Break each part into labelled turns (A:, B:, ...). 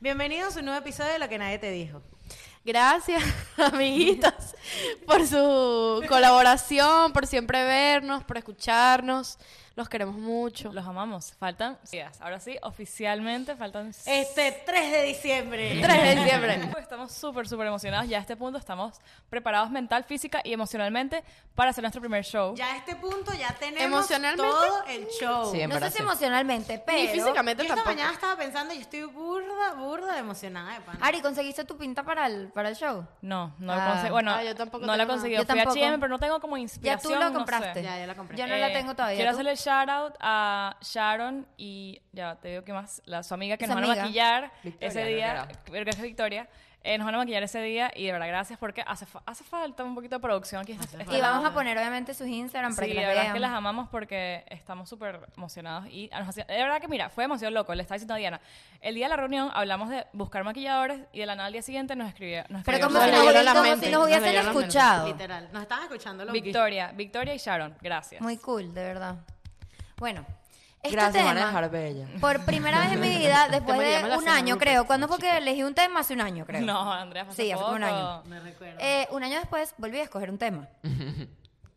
A: Bienvenidos a un nuevo episodio de Lo que nadie te dijo.
B: Gracias, amiguitos, por su colaboración, por siempre vernos, por escucharnos. Los queremos mucho.
C: Los amamos. Faltan días. Ahora sí, oficialmente faltan
A: Este 3 de diciembre.
B: 3 de diciembre.
C: Pues Estamos súper, súper emocionados. Ya a este punto estamos preparados mental, física y emocionalmente para hacer nuestro primer show.
A: Ya a este punto ya tenemos
B: Emocionalmente.
A: todo el show.
D: Sí, en
E: No sé
D: verdad,
E: si
D: sí.
E: emocionalmente, pero.
B: Ni
A: Yo
B: físicamente
A: esta
B: tampoco.
A: mañana estaba pensando, yo estoy burda, burda de emocionada de pana.
E: Ari, ¿conseguiste tu pinta para el, para el show?
C: No, no
E: Ah.
C: conse- bueno,
B: Ah, yo tampoco
C: no la he
B: tengo nada.
C: conseguido.
E: Yo
C: Fui a
E: tampoco.
C: H&M, pero no tengo como
E: Ya tú
C: inspiración.
E: lo
C: no sé.
E: compraste.
A: Ya, ya la compré.
E: Yo no la
C: Eh,
E: tengo todavía.
C: Quiero
E: ¿tú?
C: hacerle shout out a Sharon y ya te digo que más, la, su amiga que
E: Esa
C: nos van a
E: amiga.
C: maquillar
D: Victoria,
C: ese
D: no
C: día.
D: era.
C: Creo que es Victoria. eh, nos van a maquillar ese día y de verdad gracias porque hace, fa- hace falta un poquito de producción aquí.
E: Y vamos a poner obviamente sus Instagram para
C: Sí,
E: que
C: la
E: las
C: verdad es
E: vean.
C: que las amamos porque estamos súper emocionados y ah, nos hacía- de verdad que mira, fue emoción loco, le estaba diciendo a Diana, el día de la reunión hablamos de buscar maquilladores y de la nada al día siguiente nos escribió, nos
E: Pero
C: escribió
E: como
B: No,
E: si,
B: le
E: nos,
B: lloró
E: hubiesen-
B: la
E: como
B: mente,
E: si nos
B: no, le
E: hubiesen
B: lloró la mente.
E: escuchado.
A: Literal. Nos estaban escuchando los
C: Victoria, Victoria y Sharon, gracias.
E: Muy cool, de verdad. Bueno, este
D: Gracias,
E: tema,
D: van a dejar bella.
E: por primera vez en mi vida, después
D: me llama
E: de
D: la
E: un
D: cena
E: año,
D: Rupert,
E: creo. ¿Cuándo fue que elegí un tema? Hace un año, creo.
C: No, Andrea, fue
E: Sí,
C: hace
E: hace como un
C: poco.
E: año.
A: Me recuerdo.
E: Eh, un año después volví a escoger un tema.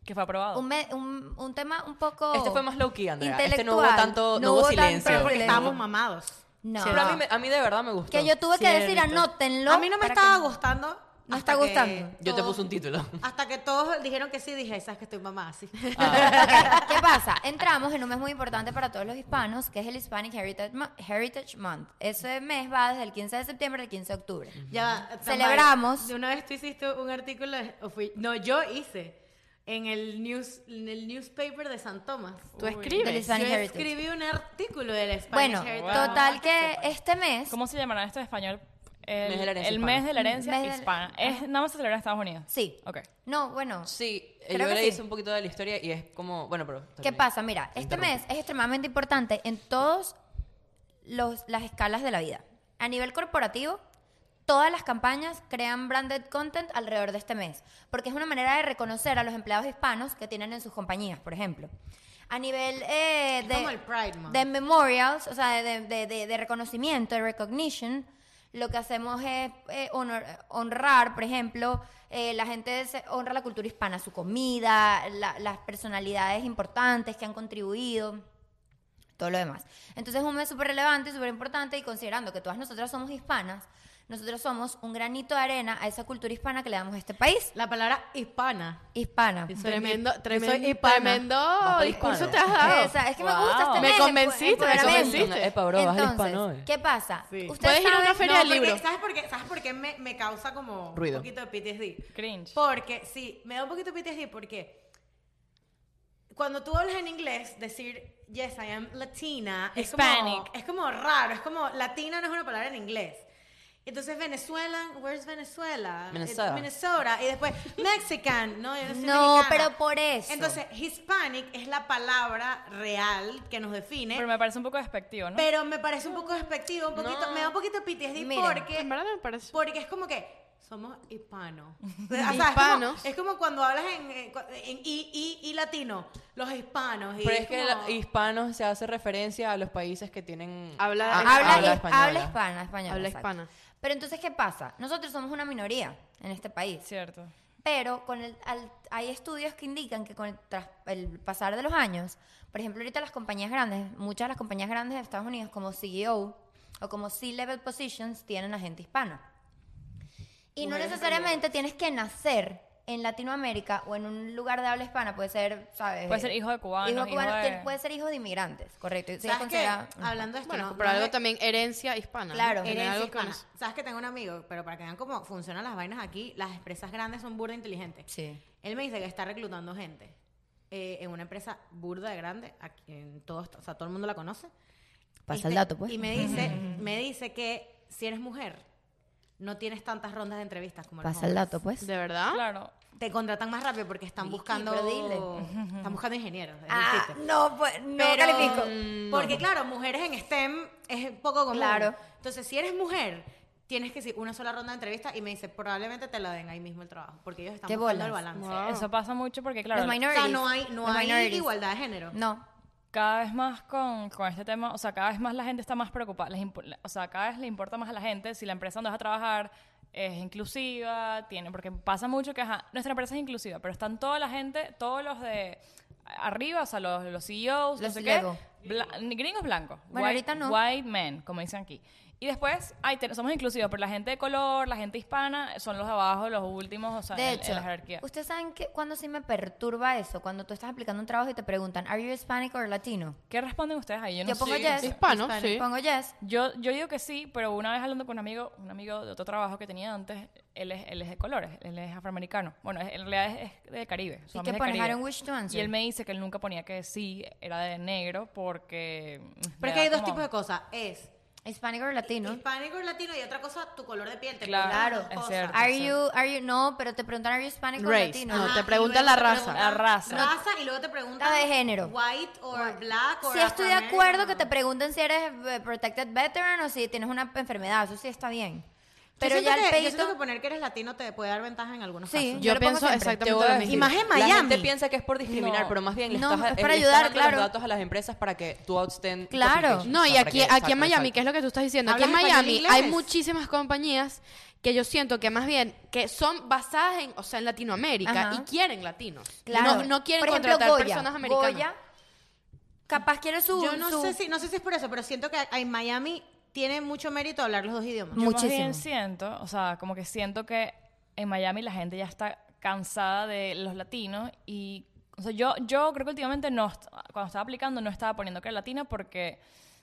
C: que fue aprobado.
E: Un, me- un, un tema un poco.
D: Este fue más low key, Andrea. Este no hubo
E: Oh, intelectual.
D: tanto, no hubo
E: tanto
D: silencio.
E: silencio.
A: porque estábamos mamados.
E: No.
D: Pero a mí, me- a mí de verdad me gustó.
E: Que yo tuve que decir,
D: Cierto.
E: anótenlo.
A: a mí no me
E: para
A: estaba
E: que-
A: gustando.
E: No
A: hasta
E: está
A: que
E: gustando.
D: Yo te
A: todos-
D: puse un título.
A: Hasta que todos dijeron que sí, dije, "Ay, sabes que estoy mamada, sí.
E: Ok, ¿Qué pasa? Entramos en un mes muy importante para todos los hispanos, que es el Hispanic Heritage, Mo- Heritage Month. Ese mes va desde el 15 de septiembre al 15 de octubre.
A: Ya, Tamara,
E: Celebramos.
A: De una vez tú hiciste un artículo, o fui- no, yo hice en el news, en el newspaper de San Tomás.
B: Tú escribes.
E: Del
A: Yo
E: Hispanic Heritage.
A: escribí un artículo del Spanish
E: Bueno,
A: Heritage.
C: Wow.
E: total que este mes...
C: ¿Cómo se llamará esto en español? El,
D: Mes de la herencia
C: el
D: hispana.
C: mes de la herencia
E: Mes de la-
C: hispana. Es, nada más se celebra en Estados Unidos.
E: Sí.
C: Ok.
E: No, bueno.
D: Sí, eh,
E: Creo
D: yo
E: que
D: le
E: sí.
D: hice un poquito de la historia y es como, bueno, pero...
E: ¿Qué
D: termina.
E: pasa? Mira, este
D: interrumpo.
E: mes es extremadamente importante en todas las escalas de la vida. A nivel corporativo, todas las campañas crean branded content alrededor de este mes, porque es una manera de reconocer a los empleados hispanos que tienen en sus compañías, por ejemplo. A nivel eh, de,
A: como el Pride Month.
E: de memorials, o sea, de, de- de- de reconocimiento, de recognition, lo que hacemos es eh, honor- honrar, por ejemplo, eh, la gente se- honra la cultura hispana, su comida, la- las personalidades importantes que han contribuido, todo lo demás. Entonces es un mes súper relevante, súper importante y considerando que todas nosotras somos hispanas, nosotros somos un granito de arena a esa cultura hispana que le damos a este país.
A: La palabra hispana.
E: Hispana.
A: Tremendo, tremendo,
B: Tremendo,
A: hispana.
B: tremendo
D: para
B: discurso
D: hispano.
B: te has dado.
E: Esa, es que me
C: Wow.
E: gusta este
B: Me
E: mes, empo-
B: convenciste, me
E: empoderamiento.
B: convenciste.
D: Epa, bro, vas al
E: Entonces,
D: hispano, eh.
E: ¿qué pasa?
A: Sí.
E: Ustedes
B: Puedes ir a una
E: saben-
B: feria de
A: porque,
B: libro.
A: ¿Sabes por qué? ¿Sabes por qué me, me causa como
D: Ruido.
A: un poquito de PTSD?
C: Cringe.
A: Porque, sí, me da un poquito de PTSD porque cuando tú hablas en inglés, decir yes, I am latina, es como-
C: Hispanic.
A: es como, raro, es como latina no es una palabra en inglés. Entonces, Venezuela, where's Venezuela?
D: Minnesota.
A: It's Minnesota. Y después, Mexican, ¿no? Yo soy
E: No,
A: mexicana.
E: pero por eso.
A: Entonces, Hispanic es la palabra real que nos define. Pero
C: Pero
A: me,
C: me parece un poco despectivo, ¿no?
A: parece un poco despectivo, un poquito, me da un poquito de PTSD
E: Miren,
A: porque
B: En verdad me parece.
A: porque es como que somos hispanos. Es
B: Hispanos.
A: como, es como cuando hablas en, eh, cu- en y, y, y latino, los hispanos. Y
D: Pero es que
A: como-
D: la- hispano se hace referencia a los países que tienen...
B: Habla-
D: Ah,
E: habla,
D: habla
E: es-
D: española.
E: habla hispana, española.
B: Habla
E: exacto.
B: hispana.
E: Pero entonces, ¿qué pasa? Nosotros somos una minoría en este país.
C: Cierto.
E: Pero con el, al- hay estudios que indican que con el, tras- el pasar de los años, por ejemplo, ahorita las compañías grandes, muchas de las compañías grandes de Estados Unidos, como CEO o como C-level positions, tienen a gente hispana. Y no necesariamente tienes que nacer en Latinoamérica o en un lugar de habla hispana, puede ser, ¿sabes?
C: Puede ser hijo de cubanos,
E: Eh, Hijo de
C: hijo
E: cubanos,
C: de-
E: tien- puede ser hijo de inmigrantes, correcto. y se
A: ¿Sabes qué?
E: considera-
A: Hablando de esto,
B: Bueno,
A: no,
B: pero
A: no
B: algo
A: es-
B: también herencia hispana.
E: Mm. Claro.
B: ¿no? Tiene
A: Herencia
B: algo que
A: hispana.
B: nos-
A: Sabes que tengo un amigo, pero para que vean cómo funcionan las vainas aquí, las empresas grandes son burda inteligentes.
E: Sí.
A: Él me dice que está reclutando gente eh, en una empresa burda de grande, aquí en todo, esto- o sea, todo el mundo la conoce.
E: Pasa
A: Y
E: el
A: te-
E: dato, pues.
A: Y me dice, me dice que si eres mujer, no tienes tantas rondas de entrevistas como los
E: Pasa el
A: hombres.
E: dato, pues.
B: ¿De verdad?
C: Claro.
A: Te contratan más rápido porque están
E: Vicky,
A: buscando
E: pero dile.
A: están buscando ingenieros. es
E: Ah,
A: distinto.
E: no, pues, no califico.
A: mm, Porque claro, mujeres en STEM es poco común.
E: Claro.
A: Entonces, si eres mujer, tienes que sí, una sola ronda de entrevistas y me dice, probablemente te la den ahí mismo el trabajo, porque ellos están
E: Qué
A: buscando el
E: bolas.
A: balance.
C: Eso pasa mucho porque, claro,
E: Ah. Los
A: O
E: minorities.
A: sea, no hay no
E: los
A: hay
E: minorities.
A: igualdad de género.
E: No.
C: cada vez más con, con este tema, o sea, cada vez más la gente está más preocupada, les impo- o sea, cada vez le importa más a la gente si la empresa donde vas a trabajar es inclusiva, tiene, porque pasa mucho que, ajá, nuestra empresa es inclusiva, pero están toda la gente, todos los de arriba, o sea, los, los CEOs, no
E: Los
C: sé
E: lego.
C: qué, bla- gringos blancos,
E: Bueno,
C: white,
E: ahorita no.
C: white men, como dicen aquí. Y después, ay, te- somos inclusivos, pero la gente de color, la gente hispana, son los de abajo, los últimos, o sea, en-
E: De
C: en
E: hecho,
C: la jerarquía.
E: ustedes saben que cuando sí me perturba eso, cuando tú estás aplicando un trabajo y te preguntan, ¿Are you Hispanic or Latino?
C: ¿Qué responden ustedes ahí? Yo no
E: Yo
C: sé.
E: pongo yes.
B: Hispano, sí.
E: Pongo yes.
C: Yo, yo digo que sí, pero una vez hablando con un amigo, un amigo de otro trabajo que tenía antes, él es, él es de colores, él es afroamericano. Bueno, es- en realidad es, es de Caribe. su
E: ¿Y
C: familia
E: qué
C: es
E: pones?
C: Caribe.
E: I don't wish to answer.
C: Y él me dice que él nunca ponía que sí, era de negro, porque... mm, le
A: Pero es
C: da
A: que hay dos
C: como-
A: tipos de cosas. Es
E: Hispanic or Latino.
A: hispánico y latino y otra cosa, tu color de piel. Te
C: Claro,
A: preguntan
E: Claro.
A: las
C: es
A: cosas.
C: cierto.
E: Are you, are you, no, pero te preguntan, ¿Are you Hispanic or
B: Race.
E: Latino?
B: No,
A: Ajá,
B: te
A: y
B: preguntan
A: luego
B: la
A: te
B: raza.
A: preguntan
C: La raza.
A: Raza y luego te preguntan.
E: La de género.
A: White or black or
E: Sí estoy de
A: Afro-American.
E: acuerdo que te pregunten si eres eh, protected veteran o si tienes una enfermedad, eso sí está bien.
A: Yo
E: Pero
A: siento
E: ya el
A: que- Yo siento que
E: peito
A: poner que eres latino te puede dar ventaja en algunos
E: Sí.
A: casos.
E: Yo
B: Yo,
E: lo pongo
B: pienso
E: siempre.
D: Te
B: exactamente
D: voy
B: lo mismo.
D: a decir,
A: Y más en
D: La
A: Miami.
D: gente piensa que es por discriminar,
C: No.
D: pero más bien le
E: No,
D: estás,
E: es para
D: le estás
E: ayudar,
D: dando los
E: claro.
D: datos a las empresas para que tú outstand
E: Claro.
D: justification,
B: No,
D: o
B: y
D: sea, para
B: aquí,
D: que-
B: aquí
D: exacto,
B: en Miami,
D: exacto.
B: que es lo que tú estás diciendo, aquí en
A: ¿Hablas español e
B: Miami
A: inglés?
B: hay muchísimas compañías que yo siento que más bien que son basadas en, o sea, en Latinoamérica
E: Ajá.
B: y quieren latinos.
E: Claro.
B: No, no quieren
E: Por ejemplo,
B: contratar
E: Goya.
B: personas americanas.
E: Goya, capaz quiere su...
A: Yo no
E: su-
A: sé si, no sé si es por eso, pero siento que en Miami tiene mucho mérito hablar los dos idiomas.
C: Yo
E: Muchísimo.
C: más bien siento, o sea, como que siento que en Miami la gente ya está cansada de los latinos y, o sea, yo, yo creo que últimamente no, est- cuando estaba aplicando no estaba poniendo que era latina porque,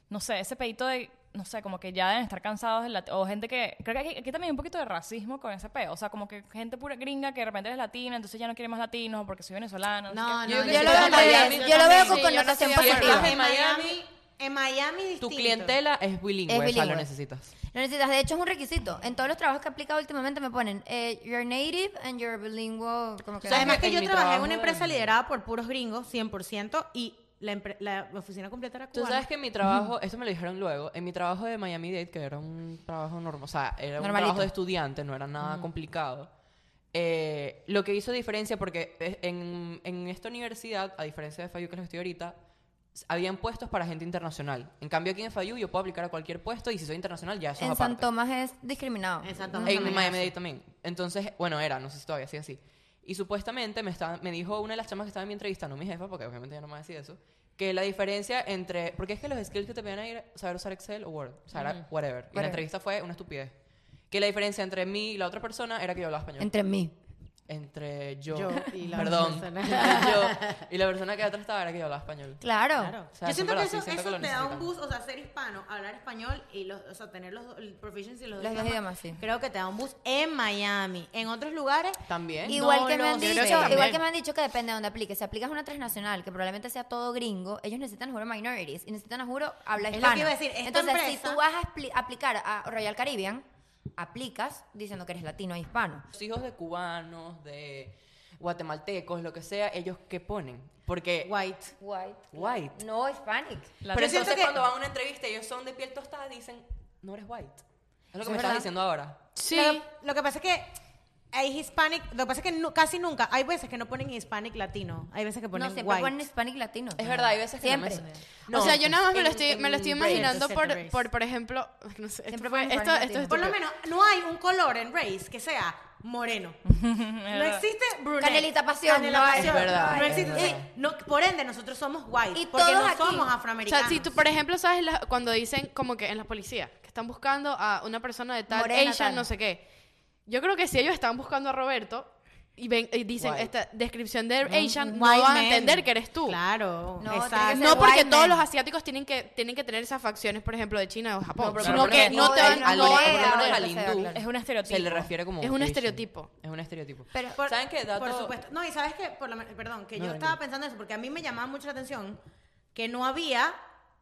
C: no sé, ese pedito de, no sé, como que ya deben estar cansados de lat- o gente que, creo que aquí, aquí también hay un poquito de racismo con ese peo, o sea, como que gente pura gringa que de repente es latina, entonces ya no quiere más latinos porque soy venezolana. no sé
A: No,
C: qué.
A: no,
D: Yo creo que
E: Yo
D: si
E: lo veo
D: estás en
E: al revés.
D: Miami,
E: Yo lo veo
B: Sí, yo
E: con
B: no
E: connotación
B: estoy de acuerdo.
E: positiva.
D: Estás
A: en
D: en
A: Miami,
D: Miami,
A: en Miami
D: Tu
A: distinto.
D: clientela es bilingüe,
E: Es
D: o sea,
E: bilingüe.
D: lo necesitas.
E: No necesitas, de hecho es un requisito. En todos los trabajos que he aplicado últimamente me ponen eh, you're native and you're bilingual. Como que
A: O sea, además que
D: en
A: yo
D: mi
A: trabajé en
D: trabajo
A: una
D: de-
A: empresa liderada por puros gringos, 100%, y la, empre- la oficina completa era
D: Tú
A: cubana.
D: sabes que en mi trabajo, esto me lo dijeron luego, en mi trabajo de Miami Dade, que era un trabajo normal, o sea, era un
E: Normalito.
D: trabajo de estudiante, no era nada complicado. eh, lo que hizo diferencia, porque es- en, en esta universidad, a diferencia de FAU que es lo que estoy ahorita, s- habían puestos para gente internacional. En cambio, aquí en FAU yo puedo aplicar a cualquier puesto y si soy internacional ya eso es
E: en San
D: aparte.
E: Tomás es discriminado.
A: En Santo
D: En
A: Domingo.
D: Miami-Dade también. Entonces, bueno, era, no sé si todavía sigue así. Y supuestamente me, estaba- me dijo una de las chamas que estaba en mi entrevista, no mi jefa, porque obviamente ya no me va a decir eso, que la diferencia entre... Porque es que los skills que te piden era saber usar Excel o Word, o sea, era whatever. Y
E: Whatever.
D: la entrevista fue una estupidez. Que la diferencia entre mí y la otra persona era que yo hablaba español.
E: Entre mí.
D: entre yo,
A: Yo y la
D: perdón,
A: persona.
D: entre yo y la persona que atrás estaba era que yo hablaba español.
E: Claro.
A: Claro.
D: O sea,
A: yo
D: eso es
A: siento que
D: verdad,
A: eso,
D: sí, siento que
A: eso
D: lo
A: te da un
D: necesitamos.
A: boost, o sea, ser hispano, hablar español y los, o sea, tener los do- el proficiency y los,
E: Los dos idiomas, sí.
A: Creo que te da un boost en Miami. En otros lugares,
D: También.
E: Igual
A: No
E: que me
A: lo
E: han
A: sé.
E: dicho,
B: Creo que también.
E: igual que me han dicho que depende de dónde apliques. Si aplicas una transnacional, que probablemente sea todo gringo, ellos necesitan juro minorities y necesitan juro habla
A: Es lo
E: hispana.
A: que iba a decir, esta
E: Entonces,
A: empresa-
E: si tú vas a apli- aplicar a Royal Caribbean, aplicas diciendo que eres latino e hispano.
D: Los hijos de cubanos, de guatemaltecos, lo que sea, ellos qué ponen. Porque
A: white.
E: White.
D: white.
E: No hispanic.
C: La-
D: Pero
A: Yo siento
D: entonces
A: que-
D: cuando van a una entrevista ellos son de piel tostada dicen, no eres white. Es lo que
E: Eso
D: me
E: es
D: estás
E: verdad.
D: diciendo ahora.
B: Sí.
A: Lo, lo que pasa es que hay hispanic, lo que pasa es que nu- casi nunca, hay veces que no ponen hispanic latino, hay veces que
E: No,
A: ponen
E: siempre
A: white.
E: ponen hispanic latino.
D: Es verdad, hay veces que no me-
E: Siempre.
D: No,
B: o sea, yo nada más me lo
D: en-
B: estoy, me lo estoy
D: en race.
B: imaginando
A: race,
B: por,
A: race.
B: por, por ejemplo, no sé, esto,
E: Siempre
B: fue-
E: ponen
B: esto,
E: para
B: esto es
A: Por lo
B: estúpido.
A: menos no hay un color en race que sea moreno. No existe brunette.
E: Canelita pasión,
A: Canela
E: no hay.
A: pasión.
D: Es verdad,
A: No
D: es
A: existe.
D: verdad.
A: Y no- por ende, nosotros somos white.
E: Y
A: porque
E: todos
A: no
E: aquí.
A: somos
B: O sea,
A: afroamericanos.
B: si tú, por ejemplo, sabes la- cuando dicen como que en las policías, que están buscando a una persona de tal,
E: Morena,
B: Asian,
E: tal.
B: no sé qué. Yo creo que si ellos están buscando a Roberto y, ven, y dicen
D: White.
B: esta descripción de Asian, no
A: White
B: van a
A: man.
B: entender que eres tú.
A: Claro.
E: No,
A: exacto.
E: tiene que ser
B: No porque
E: white
B: todos
E: man.
B: los asiáticos tienen que, tienen que tener esas facciones, por ejemplo, de China o Japón.
D: No, pero-
B: sino
D: pero
B: que
D: porque
B: no te van
D: al-
B: no
D: al-
E: no
B: van a
E: es-
D: por lo menos
E: no
D: al
E: es-
D: hindú
E: claro.
C: Es un estereotipo.
D: se le refiere como
B: Es un
D: Asian.
B: estereotipo.
D: Es un estereotipo.
E: Pero-
A: Por-
D: ¿Saben qué? Dato-
A: Por supuesto. No, y sabes que, por lo men- perdón, que
D: No,
A: yo
D: tranquila.
A: estaba pensando eso, porque a mí me llamaba mucho la atención que no había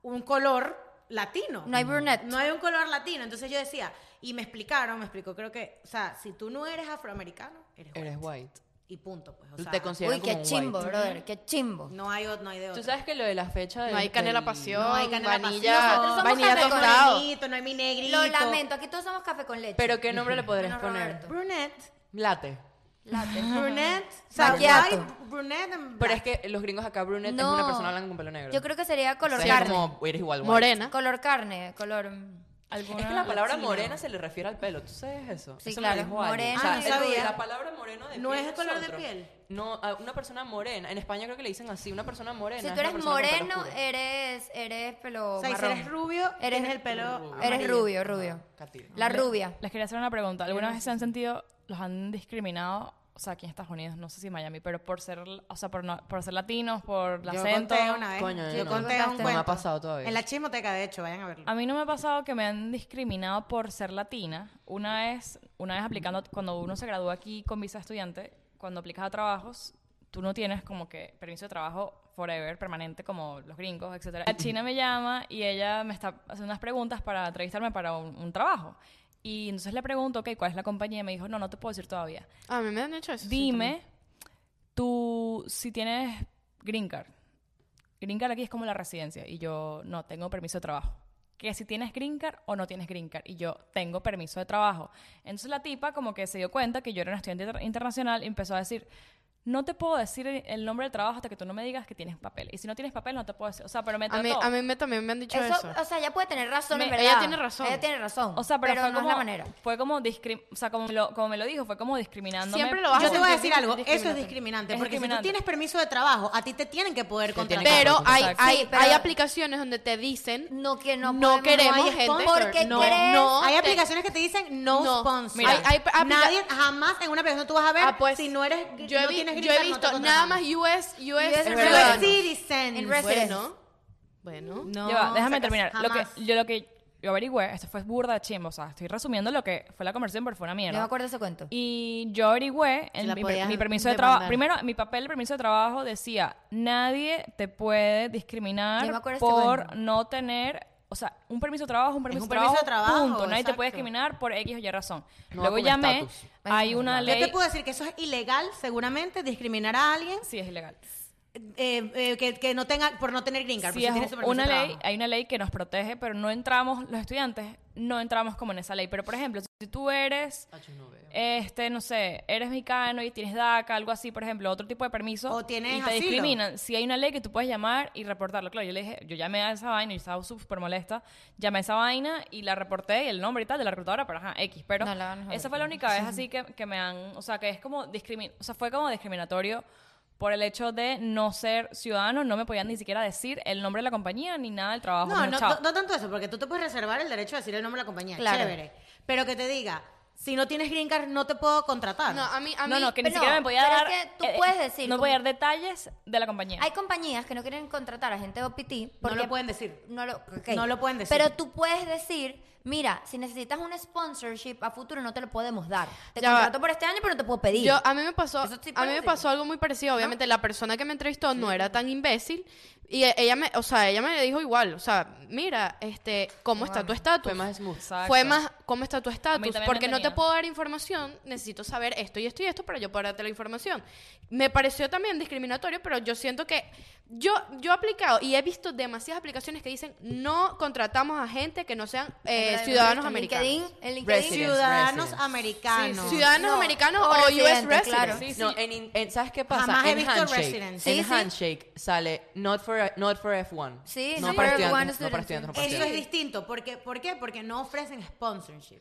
A: un color latino.
E: No hay brunette.
A: No hay un color latino. Entonces yo decía, y me explicaron, me explicó, creo que, o sea, si tú no eres afroamericano, eres white.
D: Eres white.
A: Y punto, pues. O sea,
D: Te consideran
E: Uy,
D: como
E: qué
D: un
E: chimbo,
D: white.
E: brother, qué chimbo.
A: no hay, o- no hay de otro.
D: Tú sabes que lo de la fecha de...
B: No hay canela pasión,
A: No hay canela
B: vainilla,
A: pasión, nosotros
E: somos
B: vainilla
E: café con
B: tostado.
A: Morenito, no hay mi negrito.
E: Lo lamento, aquí todos somos café con leche.
D: Pero ¿qué nombre le podrías
E: Menos
D: poner?
E: Roberto.
A: Brunette.
D: Latte.
A: Brunette. O sea,
E: Macchiato.
A: white, brunette and
D: Pero
A: black.
D: es que los gringos acá, brunette es una persona blanca con pelo negro.
E: Yo creo que sería color
D: Sí,
E: carne.
D: como eres igual. white.
B: Morena.
E: Color carne, color.
C: Alguna
D: Es que
A: Ah,
D: la palabra
C: latina.
D: morena se le refiere al pelo, ¿tú sabes eso?
E: Sí,
D: Eso
E: claro,
D: me lo dijo alguien.
E: morena.
A: Ah, no
D: el-
A: sabía.
D: la palabra moreno de
A: ¿No
D: piel
A: es el
D: de
A: color de
D: nosotros.
A: piel?
D: No, a una persona morena, en España creo que le dicen así, una persona morena.
E: Si
D: es
E: tú
D: una
E: eres
D: persona con pelo
E: moreno, eh,
D: oscuro.
E: eres, eres pelo
A: O sea, y si
E: marrón.
A: eres rubio,
E: Eres-
A: tienes el pelo.
D: Ah,
E: eres
A: amarillo.
E: rubio, rubio.
D: Catira.
E: La rubia.
C: Les quería hacer una pregunta. ¿Alguna vez se han sentido, los han discriminado, o sea, aquí en Estados Unidos, no sé si en Miami, pero por ser, o sea, por, no- por ser latinos, por el
A: Yo
C: acento?
A: conté una vez.
D: Coño,
A: yo
D: no.
A: conté
E: No
A: un
E: me
A: cuento.
E: ha
D: pasado todavía.
A: En la chismoteca, de hecho, vayan a verlo.
B: Ah,
C: A mí no me ha pasado que me han discriminado por ser latina. Una vez, una vez aplicando, cuando uno se gradúa aquí con visa de estudiante, cuando aplicas a trabajos, tú no tienes como que permiso de trabajo forever, permanente, como los gringos, etcétera. La china me llama y ella me está haciendo unas preguntas para entrevistarme para un, un trabajo. Y entonces le pregunto, ok, ¿cuál es la compañía? Y me dijo, no, no te puedo decir todavía.
B: A mí me han hecho eso. sí,
C: Dime, tú, si tienes green card. Green card aquí es como la residencia. Y yo, no, tengo permiso de trabajo. Que si tienes green card o no tienes green card. Y yo, tengo permiso de trabajo. Entonces la tipa como que se dio cuenta que yo era una estudiante inter- internacional y empezó a decir... No te puedo decir el nombre del trabajo hasta que tú no me digas que tienes papel. Y si no tienes papel, no te puedo decir. O sea, pero me
B: también. a mí,
C: trató.
B: a mí me, también me han dicho
E: Eso,
B: eso.
E: o sea, ella puede tener razón, en
C: Me-
E: verdad.
B: ella tiene razón.
E: Ella tiene razón.
C: O sea, pero, fue
E: no
C: como,
E: es la manera.
C: Fue como, discrim- o sea, como, me lo, como me lo dijo, fue como discriminándome.
B: Siempre lo vas
A: Yo te voy a decir
B: sentir
A: algo, eso es
C: discriminatorio.
A: discriminante,
C: Es
A: porque si tú
C: discriminante.
A: tienes permiso de trabajo, a ti te tienen que poder contratar.
D: tienen
B: pero hay,
C: Exacto.
B: hay,
E: Sí, pero-
B: hay aplicaciones donde te dicen
E: No, que no
B: No
E: podemos-
B: queremos
E: hay
B: gente.
E: sponsor. Porque
B: no,
E: crees-
B: no,
A: hay
B: te-
A: aplicaciones que te dicen no,
B: No.
A: sponsor.
B: Mira, Hay- hay aplica-
A: nadie jamás en una aplicación tú vas a ver
B: Ah, pues,
A: si no eres
B: yo he,
A: no
B: vi-
A: tienes
B: yo he
A: green card, no te
B: visto nada
A: contratan.
B: más US, US,
E: Es
A: US
E: verdad.
B: ciudadano.
A: citizens. pues.
E: En residence.
B: Bueno, bueno.
A: No,
C: Ya va, déjame
A: sacas-
C: terminar. Lo que,
A: jamás.
C: yo lo que yo averigüé, esto fue burda de chimbo, o sea, estoy resumiendo lo que fue la conversación, pero fue una
E: No me
C: mierda.
E: acuerdo ese cuento.
C: y yo averigüé en
A: la
C: mi, per-
A: podías
C: mi permiso de
A: demandar.
C: trabajo. Primero, mi papel de permiso de trabajo decía, nadie te puede discriminar
E: Yo me acuerdo ese cuento.
C: por no tener, o sea, un permiso de trabajo, es un permiso,
A: este un
C: de,
A: permiso
C: trabajo,
A: de trabajo,
C: punto. Nadie te puede
A: exacto.
C: discriminar por X o Y razón.
D: No
C: Luego
D: con
C: llamé,
D: estatus.
C: hay una
A: Yo
C: ley...
A: te puedo decir que eso es ilegal, seguramente, discriminar a alguien
C: Sí, es ilegal.
A: eh, eh, que, que no tenga, por no tener green card, por si
C: Sí, es
A: tiene su permiso
C: una
A: de
C: ley,
A: trabajo.
C: hay una ley que nos protege, pero no entramos, los estudiantes no entramos como en esa ley. Pero, por ejemplo, si tú eres,
D: Ah, yo no veo.
C: este, no sé, eres mexicano y tienes DACA, algo así, por ejemplo, otro tipo de permiso,
A: O tienes
C: y te
A: asilo.
C: discriminan, si hay una ley que tú puedes llamar y reportarlo. Claro, yo le dije, yo llamé a esa vaina, yo estaba súper molesta, llamé a esa vaina y la reporté y el nombre y tal de la reclutadora, pero ajá, X. Pero
E: No la van a
C: esa fue la única vez así que, que me han, o sea, que es como, discrimin o sea, fue como discriminatorio por el hecho de no ser ciudadano, no me podían ni siquiera decir el nombre de la compañía ni nada del trabajo.
A: No,
C: me
A: no,
C: dijo, "Chao".
A: no- no tanto eso, porque tú te puedes reservar el derecho a decir el nombre de la compañía,
E: Claro.
A: chévere. Pero que te diga, si no tienes green card, no te puedo contratar.
B: No,
E: ah,
B: a mí, a mí
C: No, no, que ni
E: pero
C: siquiera
E: no,
C: me podía
E: pero es
C: dar. eh,
E: que tú puedes decir
C: No
E: como-
C: podía dar detalles de la compañía.
E: Hay compañías que no quieren contratar a gente de OPT
A: no
E: porque
A: lo pueden decir.
E: No lo, ok.
A: No lo pueden decir.
E: Pero tú puedes decir, mira, si necesitas un sponsorship a futuro no te lo podemos dar. Te
B: Ya va.
E: contrato por este año, pero no te puedo pedir.
B: Yo, a mí me pasó,
E: Eso sí
B: a
E: puedes
B: mí me
E: decir.
B: pasó algo muy parecido. Obviamente, la persona que me entrevistó no era tan imbécil. Y e- ella me, o sea, ella me dijo igual, o sea, mira, este, ¿cómo está tu estatus?
D: Fue más smooth.
C: Exacto.
B: Fue más, ¿cómo está tu
C: A mí
B: estatus?
C: también
B: Porque
C: me
B: no te
C: tenía.
B: puedo dar información, necesito saber esto y esto y esto para yo poder darte la información. Me pareció también discriminatorio, pero yo siento que yo, yo he aplicado y he visto demasiadas aplicaciones que dicen no contratamos a gente que no sean eh,
E: Pero en
B: ciudadanos
E: LinkedIn-
B: americanos.
E: En LinkedIn,
D: Resident.
A: Ciudadanos
D: residents.
A: americanos.
B: Sí, Ciudadanos
E: No,
B: americanos
E: o
B: o, US
E: residentes,
B: residents.
E: claro.
C: Sí, sí.
D: No, en, in- en- ¿sabes qué pasa?
A: Jamás he
D: en
A: visto
D: handshake,
A: residence.
E: Sí,
D: en
E: sí.
D: handshake sale not for, not for F1.
E: Sí,
D: no
E: sí,
D: para
E: for
D: estudiantes,
E: F1
D: no
E: students, sí.
D: para estudiantes, no para
A: Eso es
D: estudiantes.
A: distinto. Porque, ¿Por qué? Porque no ofrecen sponsorship.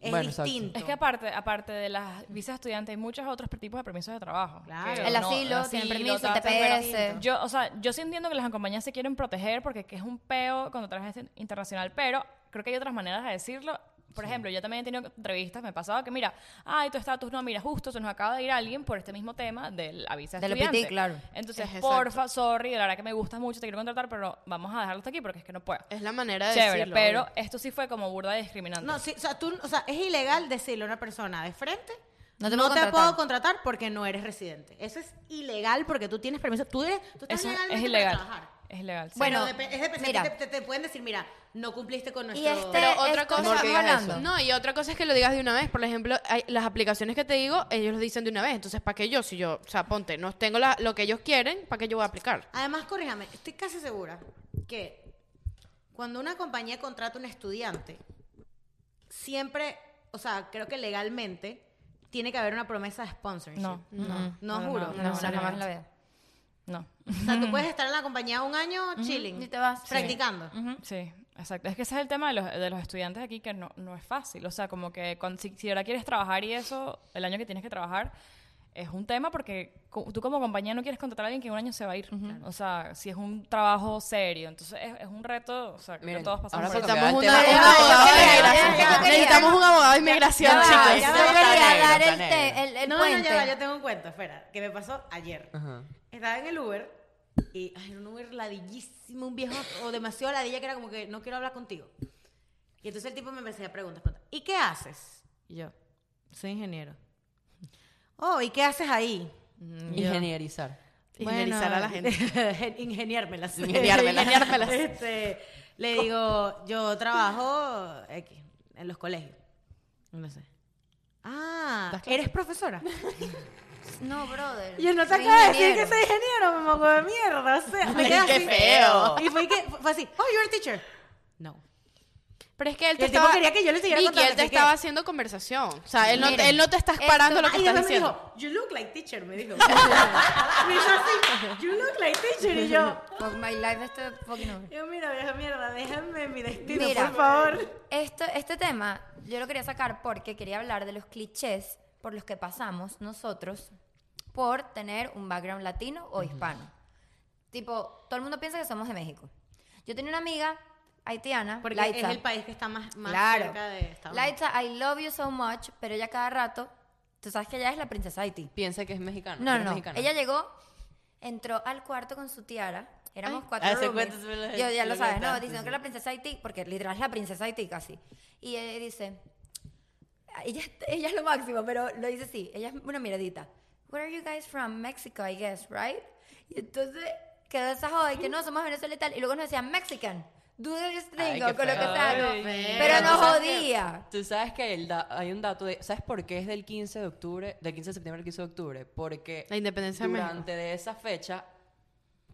A: Es
D: Bueno, exacto.
A: distinto.
C: Es que aparte, aparte de las visas de estudiante, hay muchos otros tipos de permisos de trabajo.
A: Claro.
C: Que
E: El
C: no-
E: asilo, tienen permiso,
C: tal,
E: TPS.
C: pero Yo, o sea, yo sí entiendo que las compañías se quieren proteger porque que es un peo cuando traes gente internacional, pero creo que hay otras maneras de decirlo. Por ejemplo, yo también he tenido entrevistas, me ha pasado que, mira, ay, tu estatus, no, mira, justo se nos acaba de ir alguien por este mismo tema de la visa de
E: Del OPT,
C: estudiante.
E: claro.
C: Entonces,
B: Es
C: porfa, sorry, la verdad que me gustas mucho, te quiero contratar, pero vamos a dejarlo hasta aquí porque es que no puedo.
B: Es la manera de
C: Chévere,
B: decirlo.
C: pero
B: obvio.
C: esto sí fue como burda de discriminante.
A: No, sí, o sea, tú, o sea, es ilegal decirle a una persona de frente.
E: No te
A: no
E: puedo
A: te
E: contratar".
A: puedo contratar porque no eres residente. Eso es ilegal porque tú tienes permiso. Tú, eres, tú estás
C: Eso es-
A: legalmente
C: es
A: para
C: ilegal.
A: trabajar.
C: Es ilegal. sí.
E: Bueno,
A: Pero depe- es depende,
E: mira.
A: Te, te- te pueden decir, mira, no cumpliste con nuestro...
E: Y este
B: Pero
E: es
B: otra
E: como
B: cosa,
E: estamos
D: digas eso.
E: hablando.
B: no, y otra cosa es que lo digas de una vez. Por ejemplo, hay- las aplicaciones que te digo, ellos lo dicen de una vez. Entonces, ¿para qué yo? Si yo, o sea, ponte, no tengo la- lo que ellos quieren, ¿para qué yo voy a aplicar?
A: Además, corríjame, estoy casi segura que cuando una compañía contrata a un estudiante, siempre, o sea, creo que legalmente tiene que haber una promesa de sponsorship.
C: No,
A: no, no,
C: no,
A: juro.
C: no, no,
E: o sea,
C: no,
E: jamás
C: no.
E: en la vida.
C: No.
A: O sea, tú puedes estar en la compañía un año chilling,
E: Y te vas. Sí.
A: practicando.
C: Sí, exacto. Es que ese es el tema de los, de los estudiantes aquí que no, no es fácil. O sea, como que cuando- si, si ahora quieres trabajar y eso, el año que tienes que trabajar, es un tema porque co- tú como compañía no quieres contratar a alguien que en un año se va a ir. O sea, si es un trabajo serio. Entonces es, es un reto, o sea, creo que
D: Miren,
C: todos pasamos
D: ahora
C: por
D: se
C: eso.
D: cambió.
B: Necesitamos
D: Pero
B: una-
D: el tema-
B: un abogado de inmigración. Necesitamos
E: Ya, ya, ya, ya, ya, ya.
B: un abogado de inmigración,
E: Ya va,
B: chicos.
E: ya va,
D: Está
E: yo quería
D: negro,
E: dar
D: está
E: el,
D: negro.
E: te- el, el
A: Eh, no,
E: puente.
A: no, ya va, yo tengo un cuento, espera, que me pasó ayer.
D: Ajá.
A: Estaba en el Uber y ay, era un Uber ladillísimo, un viejo o demasiado ladilla que era como que no quiero hablar contigo. Y entonces el tipo me empecé a preguntar, preguntar, ¿y qué haces? Y yo, soy ingeniero. Oh, ¿y qué haces ahí? Mm, yo,
D: Ingenierizar.
B: Ingenierizar a la gente.
A: gente. ingeniármelas.
B: Ingeniármelas.
A: Este, le digo, yo trabajo X, en los colegios. No sé. Ah,
B: ¿Das clases?
A: ¿eres profesora?
E: No, brother.
A: Yo no te
E: soy
A: acabo de decir que
E: ingeniero.
A: soy ingeniero, me moco de mierda. O sea, me
B: Ay,
A: quedé
B: qué
A: así.
B: feo.
A: Y fue, que, fue así, oh, you're a teacher. No.
B: Pero es que él
A: Y
B: te
A: el tipo
B: estaba.
A: quería que yo le siguiera
B: Vicky,
A: contando,
B: él te
A: así que-
B: estaba haciendo conversación. O sea, él no, te,
E: Miren,
B: él no te estás
E: esto-
B: parando lo que
A: Ay,
B: estás
A: después me
B: diciendo.
A: dijo, you look like teacher, me dijo. me hizo así, you look like teacher. Y yo,
E: Fuck my life, este fucking over.
A: yo mira, vieja mierda, déjame mi destino,
E: Mira,
A: por favor.
E: Esto, este tema yo lo quería sacar porque quería hablar de los clichés por los que pasamos nosotros por tener un background latino o hispano. Tipo, todo el mundo piensa que somos de México. Yo tenía una amiga haitiana,
A: Porque
E: Laitza.
A: es el país que está más, más
E: claro.
A: cerca de Estados Unidos.
E: Laitza, I love you so much, pero ella cada rato, tú sabes que ella es la princesa de Haití.
D: Piensa que es mexicano.
E: No,
D: que es
E: no, no.
D: mexicana.
E: Ella llegó, entró al cuarto con su tiara. Éramos
D: Ay,
E: cuatro
D: hace
E: roomies.
D: cuánto se lo-
E: Yo ya
D: lo
E: lo sabes,
D: contaste,
E: no, diciendo
D: sí.
E: que la princesa de Haití, porque literal es la princesa de Haití casi. Y ella dice, ella, ella es lo máximo, pero lo dice así, ella es una miradita. Where are you guys from? Mexico, I guess, right? Y entonces quedó esa joda y que no, somos Venezuela y tal. Y luego nos decían Mexican, do this
D: Ay,
E: thing,
D: qué
E: o con lo que
D: feo.
E: sea. ¿no?
C: Ay,
E: Pero
D: tú
E: nos
D: sabes
E: jodía.
D: Tú sabes que el da- hay un dato de... ¿Sabes por qué es del 15 de octubre? Del 15 de septiembre al 15 de octubre. Porque
B: La independencia de México.
D: durante de esa fecha,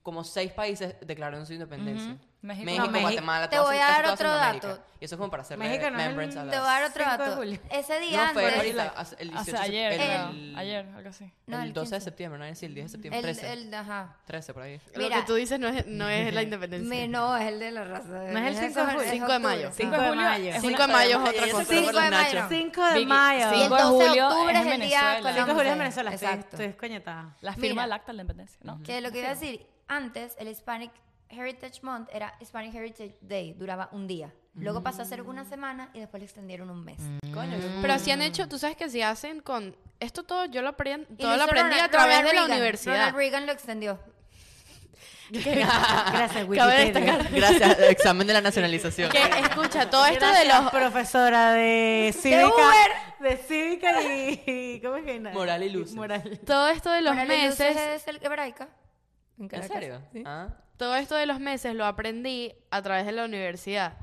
D: como seis países declararon su independencia.
C: Ujú. México.
A: No, México.
D: Guatemala,
E: Te
D: todas-
E: voy a
D: casi
E: dar
D: todas
E: otro
D: Sudamérica.
E: dato.
D: Y eso es como para hacer
A: México no es el-
D: remembrance a
E: Te
D: la...
E: voy a dar otro
A: 5 de
E: dato.
A: julio.
E: Ese día
D: No, fue
E: antes-
D: ahorita, hace- el
C: Hace
D: 18 de
C: ayer,
D: septiembre,
C: creo.
D: el-
C: ayer, algo así.
E: No,
D: el
E: el
D: 12 de
E: 15.
D: septiembre, no es el 10 de septiembre,
E: El,
D: 13.
E: el, ajá.
D: 13 por ahí.
B: Lo que
E: Mira.
B: tú dices no es, no es la independencia.
E: Me, no, es el de la raza.
A: No es el 5 de julio.
E: es octubre.
B: 5 de mayo. Ah.
E: Ajá.
A: 5 de mayo.
B: Es 5 de mayo es otra cosa.
E: Cinco de mayo.
D: Nachos.
E: Sí.
A: 5 de
C: Vicky,
A: mayo.
E: Y el
C: Cinco de
E: 12 de
C: julio
E: octubre
C: es
E: es el
C: Venezuela.
E: día
C: Cinco de
A: Cinco de
E: colombiano.
A: julio en Venezuela, estoy,
E: Exacto.
A: estoy desconectada.
C: La firma
E: Mira.
C: del acta de la independencia, ¿no?
E: Que lo que iba a decir, antes el Hispanic Heritage Month era Hispanic Heritage Day, duraba un día. Luego pasó a ser una semana y después le extendieron un mes.
D: Coño,
B: Pero así han hecho, tú sabes que si hacen con. Esto todo yo lo, aprend-
E: Y
B: todo
E: lo
B: lo
E: hizo
B: aprendí a
E: Ronald-
B: través
E: Ronald
B: de la
E: Reagan.
B: universidad.
E: Ronald Reagan lo extendió.
A: Gracias,
B: Cabe
A: Wikipedia.
B: destacar.
D: Gracias, examen de la nacionalización.
B: Que escucha, todo esto de
A: Gracias,
B: los.
A: profesora de cívica de, cívica y, y- ¿cómo es que nada?
D: Moral y luces.
A: Moral.
B: Todo esto de los
E: Bueno, la Luces
B: meses.
E: es el hebraica.
D: ¿En
E: Caracas.
D: serio? Ah.
B: Todo esto de los meses lo aprendí a través de la universidad.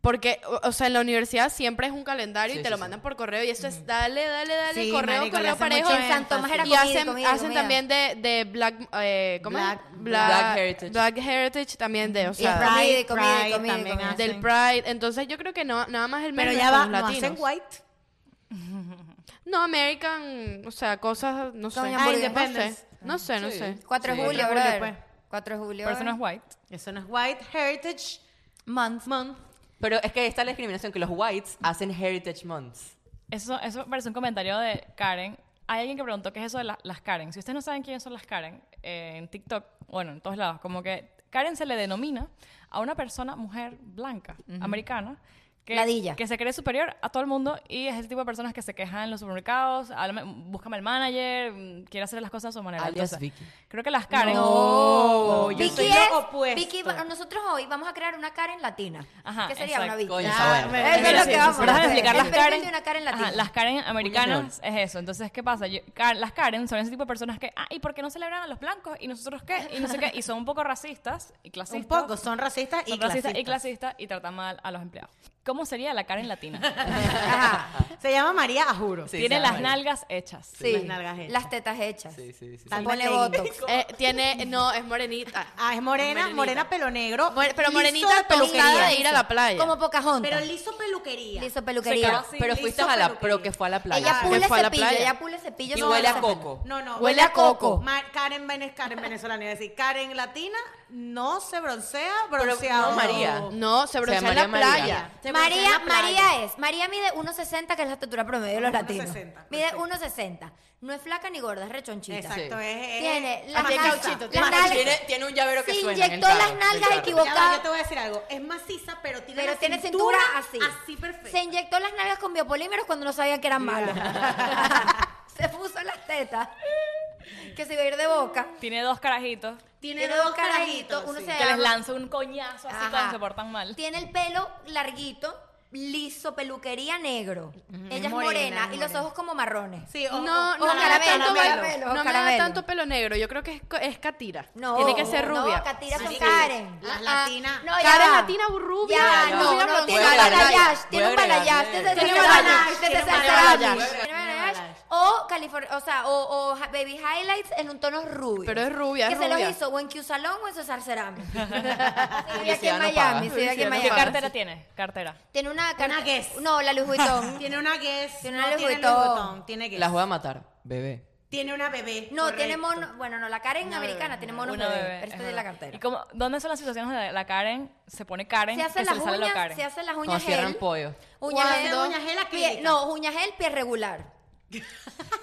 B: Porque, o, o sea, en la universidad siempre es un calendario
D: Sí,
B: y te
D: sí,
B: lo
D: sí.
B: mandan por correo y eso es dale, dale, dale,
A: Sí,
B: correo,
A: marico, le
B: correo
A: hacen
B: parejo.
A: mucho
E: En Santo Tomás era
B: y
E: comida,
B: hacen,
E: comida,
B: hacen
E: comida.
B: también de, de Black, eh, ¿cómo es?
A: Black-
D: Black Heritage.
B: Black Heritage también de, o
E: Y
B: sea,
E: Pride,
A: Pride,
E: comida,
A: Pride
E: comida,
A: también
E: comida.
B: del
A: hacen.
B: Pride. Entonces yo creo que no, nada más el mes
A: Pero
B: es
A: ya
B: con
A: va,
B: los
A: ¿no
B: latinos.
A: hacen white?
B: No, American, o sea, cosas, no sé.
E: Con
B: Ah,
E: hamburguesas.
A: Independence.
B: No sé, no
D: Sí.
B: sé.
E: 4 de
D: Sí.
E: julio,
A: 4 de julio,
E: brother.
A: pues.
E: 4 de julio.
C: Pero eso no es white.
A: Eso no es white. Heritage
E: Month.
A: month.
D: Pero es que está la discriminación que los whites hacen Heritage Months.
C: Eso, eso parece un comentario de Karen. Hay alguien que preguntó qué es eso de la- las Karen. Si ustedes no saben quiénes son las Karen, eh, en TikTok, bueno, en todos lados, como que Karen se le denomina a una persona, mujer blanca, americana, que,
E: Ladilla.
C: que se cree superior a todo el mundo y es el tipo de personas que se quejan en los supermercados, háblame- búscame el manager, mm, quiere hacer las cosas a su manera.
D: Alias
C: Entonces,
D: Vicky.
C: Creo que las Karen.
D: oh,
A: No,
D: Pues
A: yo
E: Vicky
A: soy
E: es,
A: lo opuesto.
E: Vicky, bueno, nosotros hoy vamos a crear una Karen latina.
C: Ajá,
E: que sería
C: exacto.
E: una Vicky.
D: Coño,
A: Ah, me-
D: está bueno.
E: Eso es lo
A: Sí, sí,
E: que vamos
A: sí,
E: a
C: Pero déjame
E: hacer.
C: explicar, las
E: El perfil
C: Karen,
E: de una Karen
C: ajá,
E: latina.
C: las Karen americanas
D: Uñas
C: es eso. Entonces, ¿qué pasa? Yo- Ka- las Karen son ese tipo de personas que, ah, ¿y por qué no celebran a los blancos? ¿Y nosotros qué? Y no sé qué. Y son un poco racistas y clasistas.
A: Un poco, son racistas y
C: Son racistas y clasistas y tratan mal a los empleados. ¿Cómo sería la Karen latina?
E: Ajá,
A: Se llama María Ajuro.
D: Sí,
C: Tiene
D: se
C: las
D: llama-
C: nalgas hechas.
E: sí.
A: Las nalgas hechas.
E: Las tetas hechas.
D: Sí, sí, sí.
E: Se
A: Tal-
E: pone
A: Alma Tecnico.
E: botox.
B: Eh, tiene, no, es morenita.
A: Ah, es morena,
B: Morenita.
A: morena pelo negro.
B: More- pero
A: liso
B: morenita
A: de peluquería.
B: tostada de ir a la playa.
E: Como Pocahontas.
A: Pero liso peluquería.
E: Liso
D: Se
E: peluquería.
D: acaba- pero fuiste a la, pero que fue a la playa.
E: Ella
D: Que
E: pule
B: fue a la
E: cepillo,
B: playa.
E: ella pule cepillo.
D: Y
E: no,
D: huele a
E: no,
D: coco.
A: No, no.
B: Huele a coco.
A: Ma- Karen, Vene- Karen venezolana. Iba a decir, Karen latina no se broncea, bronceado.
D: no, María.
B: No, se
D: O sea,
B: broncea en
D: María
B: la
D: María.
B: playa.
A: Se broncea
E: María,
A: en la playa.
E: María es. María mide 1.60, que es la estatura promedio de los latinos.
A: 1.60,
E: Mide
A: perfecto.
E: 1.60. No es flaca ni gorda, es rechonchita.
A: Exacto,
D: Sí.
A: es, es-
E: Tiene
A: es
E: las
A: maciza.
E: nalgas-
A: Maciza.
E: las nalgas-
D: Tiene, tiene un llavero que
E: Se
D: suena. en el
E: inyectó
D: carro,
E: las
D: del
E: nalgas
D: carro.
A: Ya va,
E: equivocadas.
A: yo te voy a decir algo. Es maciza, pero tiene
E: Pero
A: la
E: tiene cintura
A: cintura,
E: así.
A: Así perfecto.
E: Se inyectó las nalgas con biopolímeros cuando no sabían que eran malos. se puso las tetas. Que se iba a ir de boca.
C: Tiene dos carajitos
E: Tiene dos carajitos. Uno
A: sí.
E: se
C: que les
E: llama-
C: lanza un coñazo así
E: Ajá.
C: cuando se portan mal.
E: Tiene el pelo larguito, liso, peluquería negro. Ella es morena,
A: morena, es
E: y los
A: morena.
E: ojos como marrones.
A: Sí, o-
B: No,
A: o-
B: no
A: o
B: me da
E: caramelo,
B: tanto
E: caramelo,
B: pelo.
E: ojo,
B: No me da
E: caramelo.
B: tanto pelo negro. Yo creo que es, co- es Katira.
E: No,
B: Tiene que ser rubia.
E: No, Katira con
A: Sí.
E: Karen.
A: Las
E: Ah,
A: latinas.
E: no, ya
B: Karen
E: va.
B: latina rubia,
E: Ya,
B: ya,
E: no,
B: rubia
E: no, tiene un
D: bronceada.
E: balayage,
D: Voy
E: tiene
D: a
E: un
D: agregarle.
E: balayage, este desde
B: Tiene
E: Sara
B: balayage,
E: Amish, desde
A: tiene
E: Sara
B: balayage.
E: Amish.
D: Voy a
E: Tiene
A: agregarle.
E: balayage. O California, o sea, o, o ha- baby highlights en un tono rubio.
B: Pero es rubia,
E: Que
B: es
E: se los
B: rubia.
E: hizo o en Q Salón o en Cesar Cerami. Sí, vive aquí
D: Publicidad
E: en
D: no
E: Miami,
D: paga.
E: sí, vive aquí en
B: Publicidad no
E: Miami.
C: ¿Qué
B: paga.
C: cartera tiene? Cartera.
E: Tiene una cartera.
A: Guess.
E: No, la Louis Vuitton.
A: Tiene una guess. Tiene
E: Tiene una
A: una no
E: Louis
A: tiene
E: Vuitton.
A: Louis Vuitton, Tiene guess.
D: Las voy a matar, bebé.
A: Tiene una bebé.
E: No, tiene
A: correcto.
E: mono. Bueno, no, la Karen americana tiene mono
C: Una
E: bebé,
C: bebé,
E: pero
C: es
E: esta es
C: verdad.
E: Este la cartera.
C: ¿Y cómo, dónde son las situaciones donde la Karen se pone Karen?
E: Se hace
C: que
E: las
C: le sale lo
E: uñas,
C: Karen?
E: se hace las
D: Cuando
E: uñas
D: cierran
E: gel. Eh,
D: pollo.
E: Uñas
A: ¿Cuándo?
E: gel.
A: Uñas gel acrílica.
E: Pie- no, uñas gel, pie regular. ¿Qué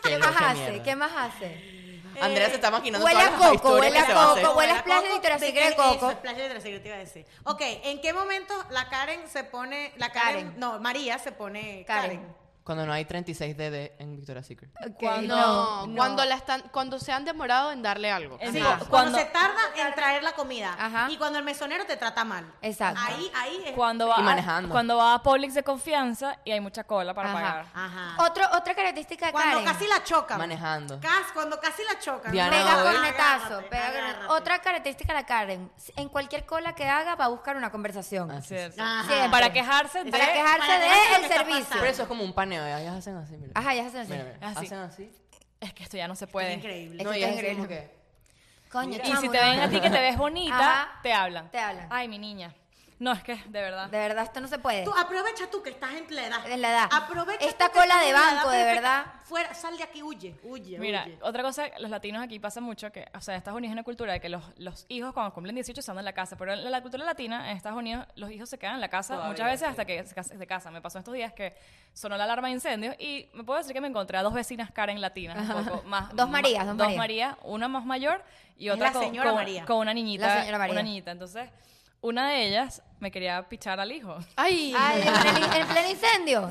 D: Qué
E: más
D: loca
E: hace?
D: mierda.
E: ¿Qué más hace?
D: Andrea se está maquinando
E: huele a
D: todas las
E: coco, Eh, huele
D: historias que
E: a
D: se va hacer.
E: coco. huele a
A: Huele
E: Splash de Victoria's
A: ¿de
E: Secret
A: qué-
E: de coco.
A: eso, Splash de Victoria's Secret, te iba a decir. Ok, ¿en qué momento la Karen se pone. La Karen.
E: Karen.
A: No, María se pone
E: Karen.
A: Karen.
D: Cuando no hay 36 DD en Victoria's Secret.
E: Ok,
C: Cuando-
B: No,
E: no.
B: cuando la están, cuando se han demorado en darle algo.
C: El-
A: Sí,
C: Ajá.
A: cuando,
C: Cuando-
A: se tarda en traer la comida.
E: Ajá.
A: Y cuando el mesonero te trata mal.
E: Exacto.
A: Ahí, ahí es.
C: Cuando va,
D: Y
C: a-
D: manejando.
C: cuando va a Publix de confianza y hay mucha cola para
E: Ajá.
C: pagar.
A: Ajá.
E: Otro, otra característica de
A: Cuando
E: Karen.
A: casi la chocan.
D: Manejando.
A: Cas- cuando casi la chocan.
D: Diana
E: Pega
D: Agárrate,
E: cornetazo. pega corne-
A: agárrate.
E: Otra característica de la Karen. En cualquier cola que haga va a buscar una conversación.
D: Así
C: Cierto.
A: Ajá.
E: Siempre.
C: Ah, Para quejarse de...
E: Ah, Para quejarse
A: para quejarse
E: de
A: de lo
E: el
A: que está
E: servicio.
D: Pero eso es como un paneo. Ellas hacen así, mira.
E: Ajá, ya se así. Ah,
D: Mira, mira.
C: Así.
D: Hacen así.
C: Es que esto ya no se
A: Es
C: puede.
A: increíble.
E: Esto
D: No,
E: está
D: y es
E: increíble.
D: como que...
E: Coño,
C: Y si
E: chamo,
C: te
E: no.
C: ven a ti que te ves bonita,
E: Ajá.
C: te hablan.
E: Te hablan.
C: Ay, mi niña. No, es que, de verdad.
E: De verdad, esto no se puede.
A: Tú aprovecha tú que estás en la edad.
E: Eh. En la edad.
A: Aprovecha
E: Esta
A: tú que
E: cola
A: estás
E: de
A: en la edad
E: banco, de
A: perfecta.
E: verdad.
A: Fuera, sal de aquí, huye, huye,
C: Mira,
A: huye.
C: otra cosa, los latinos aquí pasa mucho que, o sea, Estados Unidos es una cultura de que los, los hijos cuando cumplen 18 se van de la casa, pero en la cultura latina, en Estados Unidos, los hijos se quedan en la casa
D: Todavía,
C: muchas veces
D: sí.
C: hasta que se cas- se casan. Me pasó estos días que sonó la alarma de incendios y me puedo decir que me encontré a dos vecinas Karen latinas, un poco más.
E: Dos
C: ma-
E: Marías, dos Marías.
C: Marías, una más mayor y
A: Es
C: otra
A: la
C: con,
A: señora
C: con-
A: María.
C: con una niñita.
E: La señora María.
C: Una niñita. Entonces, una de ellas me quería pichar al hijo.
B: Ay,
E: Ay, en pleno- en pleno incendio.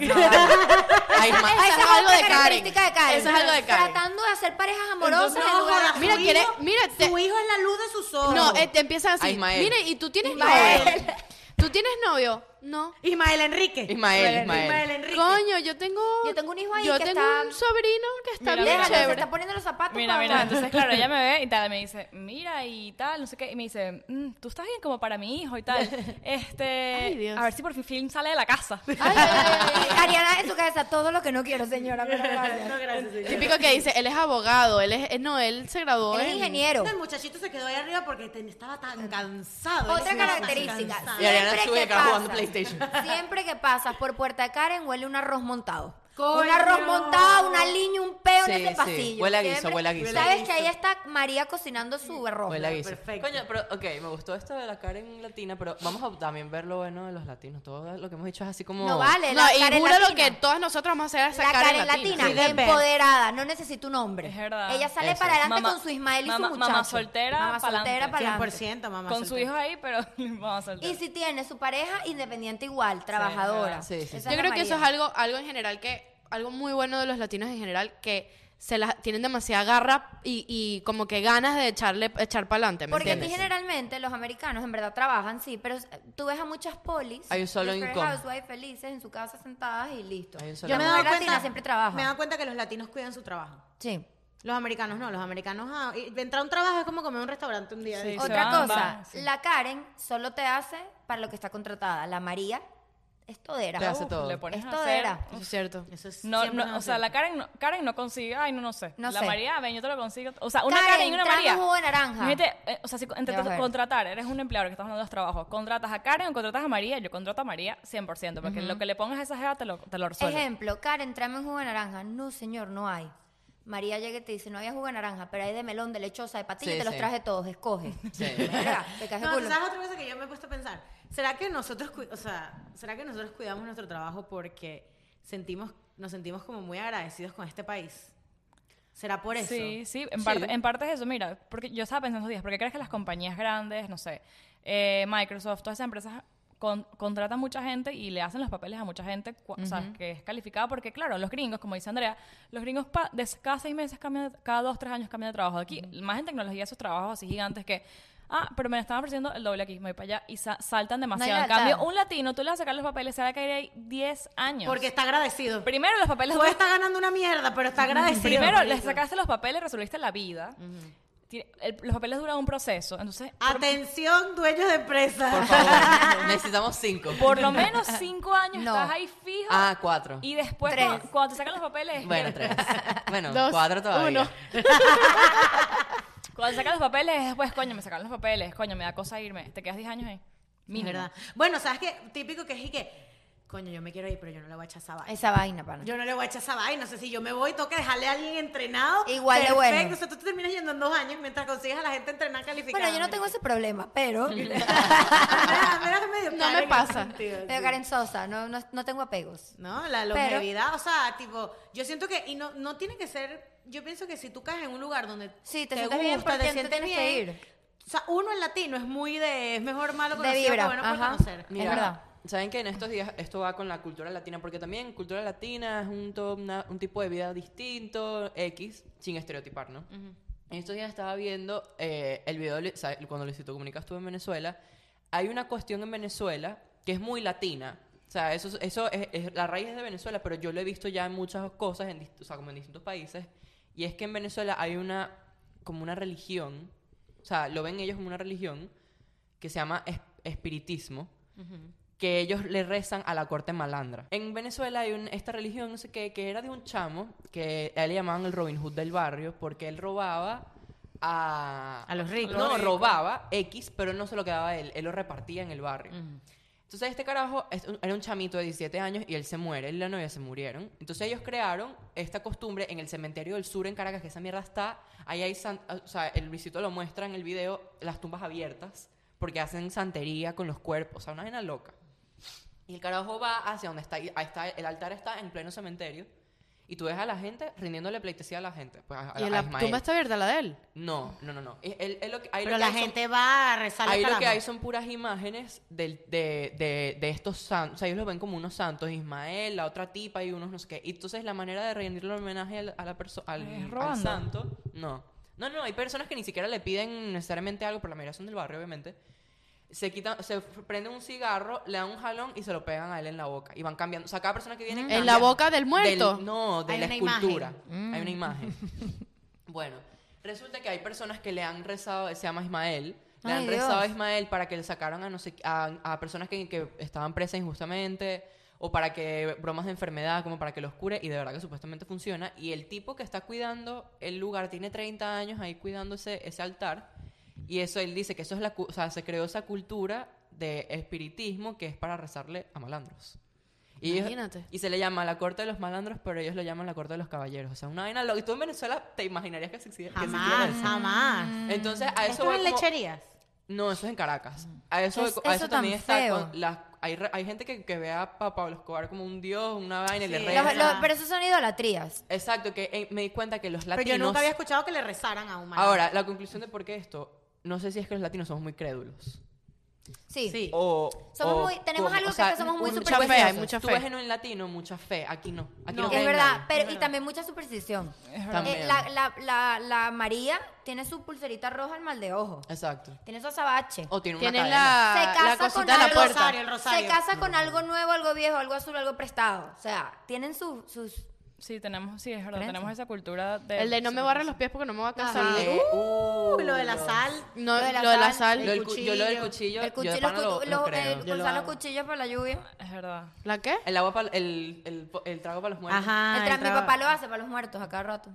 D: Ay, ma- ah,
B: Eso
E: Esa es algo de Karen.
B: Eso es algo de Karen.
E: Tratando de hacer parejas amorosas
A: Entonces,
E: en
A: no
E: lugar
A: jodas,
B: Mira,
A: su
B: quiere-
A: hijo-
B: mira, te-
A: Su hijo es la luz de sus ojos.
B: no,
C: este-
B: eh, te empiezan así.
D: Ay, Ismael.
B: Mire, ¿y tú tienes
A: Ismael.
B: novio? ¿Tú tienes novio? No.
A: Ismael Enrique.
D: Ismael,
A: Ismael
D: Ismael.
A: Enrique.
B: Coño, yo tengo.
E: Yo tengo un hijo ahí
B: Yo
E: que
B: tengo
E: está-
B: un sobrino que está
C: Mira,
B: bien
E: Déjalo, se
B: chévere.
E: está poniendo los zapatos
C: Mira,
E: para-
C: mira, entonces claro, ella me ve y tal, me dice, mira y tal, no sé qué, y me dice, "Mm, tú estás bien como para mi hijo y tal, este,
B: Ay, Dios.
C: a ver si por fin Film sale de la casa.
E: Ay, ay, ay. Ariana en su cabeza, todo lo que no quiero, señora, pero
A: No,
E: gracias.
A: gracias, Este señor.
B: Típico que dice, él es abogado, él es. eh, No, él se graduó.
E: Él es
B: en-
E: ingeniero.
A: No, el muchachito se quedó ahí arriba porque te- estaba tan cansado.
E: Otra
A: Él estaba tan
E: característica,
A: cansado.
D: Y Ariana
E: Siempre
D: sube
E: que
D: acá jugando
E: pasa.
D: PlayStation.
E: Siempre que pasas por Puerta de Karen huele un arroz montado.
A: Coño.
E: Un arroz montado, una liña, un peo en
D: Sí,
E: ese
D: sí.
E: pasillo.
D: Huele a guiso,
E: Siempre-
D: huele a guiso.
E: Sabes
A: Huele a
E: que
A: guiso.
E: ahí está María cocinando su arroz.
D: Huele a guiso.
A: Perfecto.
D: Coño, pero, ok, me gustó esto de la Karen latina, pero vamos a también ver lo bueno de los latinos. Todo lo que hemos dicho es así como...
E: No vale,
B: No,
E: la
B: y
E: Karen
B: juro lo
E: latina.
B: que todos nosotros vamos a hacer es
E: La
B: sacar
E: Karen
B: en
E: latina,
B: latina.
A: Sí, de ver.
E: empoderada, no necesita un hombre.
C: Es verdad.
E: Ella sale
D: Eso.
E: para adelante
C: Mamá-
E: con su Ismael y
C: mamá-
E: su
C: mamá
E: muchacho.
C: soltera,
E: mamá
C: pa'lante.
E: soltera para adelante.
A: 100% mamá.
C: Con su
A: soltera.
C: hijo ahí, pero vamos a soltar.
E: Y si tiene su pareja independiente igual, trabajadora.
D: Sí, sí, sí.
E: Esa
B: Yo
E: la
B: creo que eso es
E: María.
B: algo, algo en general que, algo muy bueno de los latinos en general, que se las tienen demasiada garra y, y como que ganas de echarle, echar para adelante, ¿me
E: Porque aquí
B: entiendes?
E: generalmente los americanos en verdad trabajan, sí, pero eh, tú ves a muchas polis.
D: Hay un solo
E: desperate
D: income.
E: housewife felices en su casa sentadas y listo.
D: Hay un solo
A: Yo
E: Yo me
A: me he dado
D: income.
E: doy
A: cuenta,
E: latina siempre trabaja.
A: Me he dado cuenta que los latinos cuidan su trabajo.
E: Sí.
A: Los americanos no, los americanos ah, y- entrar a un trabajo es como comer a un restaurante un día.
C: Sí,
A: ¿viste?
C: se
E: Otra
C: van,
E: cosa,
C: van, sí.
E: la Karen solo te hace para lo que está contratada. La María esto era.
D: Te hace
E: Uf,
D: todo.
C: Le pones
E: Esto
C: a hacer-
E: era.
B: Eso es cierto.
A: Eso es
C: No,
A: siempre
C: no,
A: nos
C: o sea,
A: hacen.
C: la Karen no, Karen no consigue, ay, no, no sé.
E: No
C: la
E: sé.
C: María, ven, yo te lo consigo. O sea, una
E: Karen,
C: Karen, y una
E: tráeme
C: María.
E: jugo de naranja.
C: Imagínate, eh, o sea, si entre
E: Ya vas a ver.
C: contratar, eres un empleador que estás hablando de los trabajos, contratas a Karen o contratas a María, yo contrato a María 100%, porque lo que le pongas a esa jeva te lo, te lo resuelve.
E: Ejemplo, Karen, tráeme un jugo de naranja. No, señor, no hay. María llega y te dice, no había jugo de naranja, pero hay de melón, de lechosa, de patilla,
D: Sí,
E: te los
D: sí.
E: traje todos, escoge.
D: Sí.
E: Verga, te caes de
A: No,
E: culo.
A: ¿sabes otra cosa que yo me he puesto a pensar? ¿Será que nosotros, cui- o sea, será que nosotros cuidamos nuestro trabajo porque sentimos, nos sentimos como muy agradecidos con este país? ¿Será por eso?
C: Sí, sí, en,
D: Sí.
C: Parte, en parte es eso. Mira, porque yo estaba pensando esos días, porque crees que las compañías grandes, no sé, eh, Microsoft, todas esas empresas con- contratan mucha gente y le hacen los papeles a mucha gente, cua- o sea, que es calificada, porque claro, los gringos, como dice Andrea, los gringos pa- de cada seis meses cambian, de- cada dos, tres años cambian de trabajo. Aquí, más en tecnología, esos trabajos así gigantes que... Ah, pero me están ofreciendo el doble aquí, me voy para allá y sa- saltan demasiado. en
E: lealtad.
C: cambio, un latino, tú le vas a sacar los papeles, se va a caer ahí 10 años.
A: Porque está agradecido.
C: primero los papeles
A: Tú estás ganando una mierda, pero está agradecido.
C: Primero, le
A: marico.
C: sacaste los papeles, resolviste la vida. Tiene- el- los papeles duran un proceso. Entonces,
A: Atención, dueños de empresas.
D: Por favor, necesitamos cinco.
C: por lo menos cinco años
E: No.
C: estás ahí fijo.
D: Ah, cuatro.
C: y después,
E: Tres.
C: cuando, cuando te sacan los papeles.
D: Bueno, tres. Bueno,
B: Dos,
D: cuatro todavía.
B: uno.
C: Cuando te sacan los papeles, es después, coño, me sacaron los papeles. Coño, me da cosa irme. Te quedas 10 años ahí.
A: Es
C: Mínimo.
A: verdad. Bueno, ¿sabes qué? Típico que es y que, coño, yo me quiero ir, pero yo no le voy a echar esa vaina.
E: Esa vaina, pana.
A: Yo no le voy a echar esa vaina. No sé si yo me voy, tengo que dejarle a alguien entrenado.
E: Igual de
A: Perfecto.
E: bueno.
A: O sea, tú te terminas yendo en dos años mientras consigues a la gente entrenada calificada.
E: bueno, yo no tengo ese problema, pero...
A: no
D: Ah,
B: No me pasa.
E: pero Karen Sosa, no, no, no tengo apegos.
A: ¿No? La longevidad, o sea, tipo, yo siento que, y no, no tiene que ser, yo pienso que si tú caes en un lugar donde
E: Sí, te sientes bien, ¿por qué te tienes que ir?
A: O sea, uno en latino es muy de, es mejor malo
E: De
A: conocido
E: vibra.
A: que bueno por
E: ajá.
A: conocer.
E: es verdad.
D: Saben que en estos días esto va con la cultura latina, porque también cultura latina es un, to- una- un tipo de vida distinto, X, sin estereotipar, ¿no? En estos días estaba viendo eh, el video, de- ¿sabe? cuando Luisito Comunica estuvo en Venezuela, hay una cuestión en Venezuela que es muy latina. O sea, eso, es- eso es, es- la raíz es de Venezuela, pero yo lo he visto ya en muchas cosas, en, dist- o sea, como en distintos países. Y es que en Venezuela hay una, como una religión, o sea, lo ven ellos como una religión que se llama es- espiritismo que ellos le rezan a la corte malandra. En Venezuela hay un- esta religión, no sé qué, que era de un chamo, que a él le llamaban el Robin Hood del barrio, porque él robaba a...
A: A los ricos.
D: No, robaba X, pero no se lo quedaba a él, él lo repartía en el barrio. Entonces este carajo es un- era un chamito de 17 años y él se muere, él y la novia se murieron. Entonces ellos crearon esta costumbre en el cementerio del sur en Caracas, que esa mierda está, ahí hay, san- o sea, el visito lo muestra en el video, las tumbas abiertas, porque hacen santería con los cuerpos, o sea, una vaina loca. Y el carajo va hacia donde está, ahí está, el altar está en pleno cementerio, y tú ves a la gente rindiéndole pleitesía a la gente, pues a, a-
B: Y
D: a
B: la
D: Ismael.
B: tumba está abierta, la de él.
D: No, no, no, no. Es- él- él lo que- ahí lo
A: Pero
D: que
A: la
D: hay son-
A: gente va a rezar al
D: Ahí lo que
A: carajo.
D: hay son puras imágenes del- de, de- de estos santos. O sea, ellos los ven como unos santos. Ismael, la otra tipa y unos no sé qué. Y entonces la manera de rendirle homenaje al- a la persona al,
C: Eh,
D: al
C: robando.
D: santo. No. No, no, hay personas que ni siquiera le piden necesariamente algo, pero la mayoría son del barrio, obviamente. Se quitan, se prenden un cigarro, le dan un jalón y se lo pegan a él en la boca. Y van cambiando. O sea, cada persona que viene.
B: Mm. ¿En
D: cambia
B: la boca del muerto?
D: del- no, de
A: Hay
D: la
A: una
D: escultura. Hay
B: Mm.
D: una imagen. Bueno, resulta que hay personas que le han rezado, se llama Ismael,
E: Ay,
D: le han rezado a
E: Dios.
D: Ismael para que le sacaran a, no sé, a, a personas que, que estaban presas injustamente o para que bromas de enfermedad, como para que los cure, y de verdad que supuestamente funciona. Y el tipo que está cuidando el lugar tiene 30 años ahí cuidando ese, ese altar, y eso él dice que eso es la, cu- o sea, se creó esa cultura de espiritismo que es para rezarle a malandros. Y ellos-
B: Imagínate.
D: y se le llama la corte de los malandros, pero ellos lo llaman la corte de los caballeros. O sea, una vaina loca. Y tú en Venezuela te imaginarías que existía. que existiera
A: Jamás,
D: eso.
A: jamás.
D: Entonces, a eso
A: Esto
D: voy
A: es en
D: como-
A: lecherías.
D: No, eso es en Caracas. A eso,
E: ¿Qué es
D: a eso
E: eso tan
D: también está
E: feo?
D: con las... Hay, re- hay gente que, que ve a pa- Pablo Escobar como un dios, una vaina, y le
A: Sí.
E: Los-
D: reza.
E: los- pero eso son idolatrías.
D: Exacto, que eh, me di cuenta que los
A: Pero
D: latinos...
A: yo nunca había escuchado que le rezaran a un man.
D: Ahora, la conclusión de por qué esto... No sé si es que los latinos somos muy crédulos.
E: Sí.
A: Sí. Oh,
D: O,
E: Somos
D: o
E: muy- tenemos
D: como-
E: algo que es que somos muy
D: un-
B: Mucha fe, hay mucha
D: Tú
B: fe.
D: ves en un latino mucha fe. Aquí no. Aquí no,
A: No.
D: creen
E: Es
D: en
E: verdad,
D: nadie.
E: pero y también mucha superstición.
C: Es verdad.
D: También.
E: Eh, la, la, la, la María tiene su pulserita roja al mal de ojo.
D: Exacto.
E: Tiene su azabache.
D: O tiene una
B: Tienen
D: cadena.
B: la,
E: se casa
B: la
E: con
B: cosita en
E: algo,
B: la puerta.
A: Rosario, el rosario.
E: Se casa con algo nuevo, algo viejo, algo azul, algo prestado. O sea, tienen sus sus
C: Sí, tenemos, sí, es verdad,
E: Prensa.
C: tenemos esa cultura de...
B: El de no me barren los pies porque no me voy a casar.
D: Eh,
A: Uh, lo de la
D: no.
A: sal.
B: No, lo de la sal.
D: Lo del cu- yo lo del cuchillo,
E: El
D: yo de
E: cuchillo,
D: pana
E: los
D: lo-
E: cu-
D: lo
E: los-
D: creo.
E: el-
A: Yo lo
E: usar los
A: hago.
E: cuchillos para la lluvia.
C: Es verdad.
B: ¿La qué?
D: El agua para el, el, po- el trago para los muertos.
A: Ajá.
E: El tra- mi
A: traba-
E: papá lo hace para los muertos a cada rato.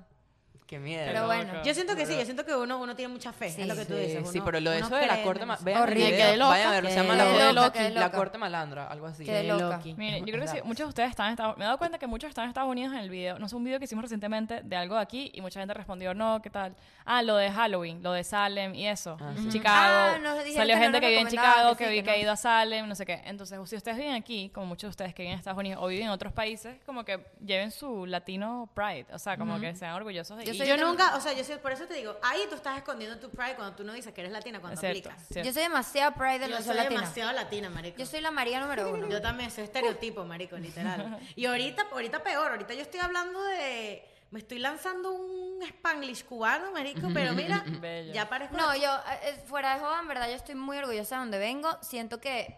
D: Qué miedo.
E: Pero bueno.
A: Yo siento que sí, yo siento que uno, uno tiene mucha fe,
E: Sí.
A: es lo que tú
D: Sí,
A: dices.
D: sí,
A: uno-
D: pero lo de
A: uno
D: eso de la
A: cree
D: corte
A: en
D: ma-
A: eso.
D: vean el
E: Horrible.
D: video,
B: Quedé loca,
D: vayan a ver, se llama la,
E: quedé
D: corte-
E: loca, quedé
D: la
E: loca.
D: corte malandra, algo así.
E: Quedé
A: Qué
E: loca.
A: loqui.
C: Miren, yo
D: Es
C: creo que sí,
D: verdad.
C: muchos de ustedes están en Estados Me he dado cuenta que muchos están en Estados Unidos en el video. No sé, un video que hicimos recientemente de algo de aquí y mucha gente respondió, no, ¿qué tal? Ah, lo de Halloween, lo de Salem y eso. Chicago.
E: Ah, nos dijeron
C: Salió
E: que no
C: gente
E: nos
C: que vive en
E: recomendaban,
C: Chicago,
E: que
C: que,
E: sí,
C: vi
E: que
C: que ha
E: no.
C: ido a Salem, no sé qué. Entonces, si ustedes viven aquí, como muchos de ustedes que viven en Estados Unidos o viven en otros países, como que lleven su latino pride. O sea, como que sean orgullosos de
E: Yo
C: y-
A: Yo,
E: soy-
A: nunca, o sea, yo soy- por eso te digo, ahí tú estás escondiendo tu pride cuando tú no dices que eres latina, cuando
C: Es cierto,
A: aplicas.
C: cierto.
E: Yo soy demasiado pride de
A: Yo
E: los
A: soy
E: latinos.
A: demasiado latina, marico.
E: Yo soy la María número uno.
A: Yo también soy estereotipo, marico, literal. Y ahorita, ahorita peor, ahorita yo estoy hablando de... Me estoy lanzando un spanglish cubano, marico, pero mira,
C: Bello.
A: ya parezco...
E: No, yo, eh, eh, fuera de joda, en verdad, yo estoy muy orgullosa de donde vengo. Siento que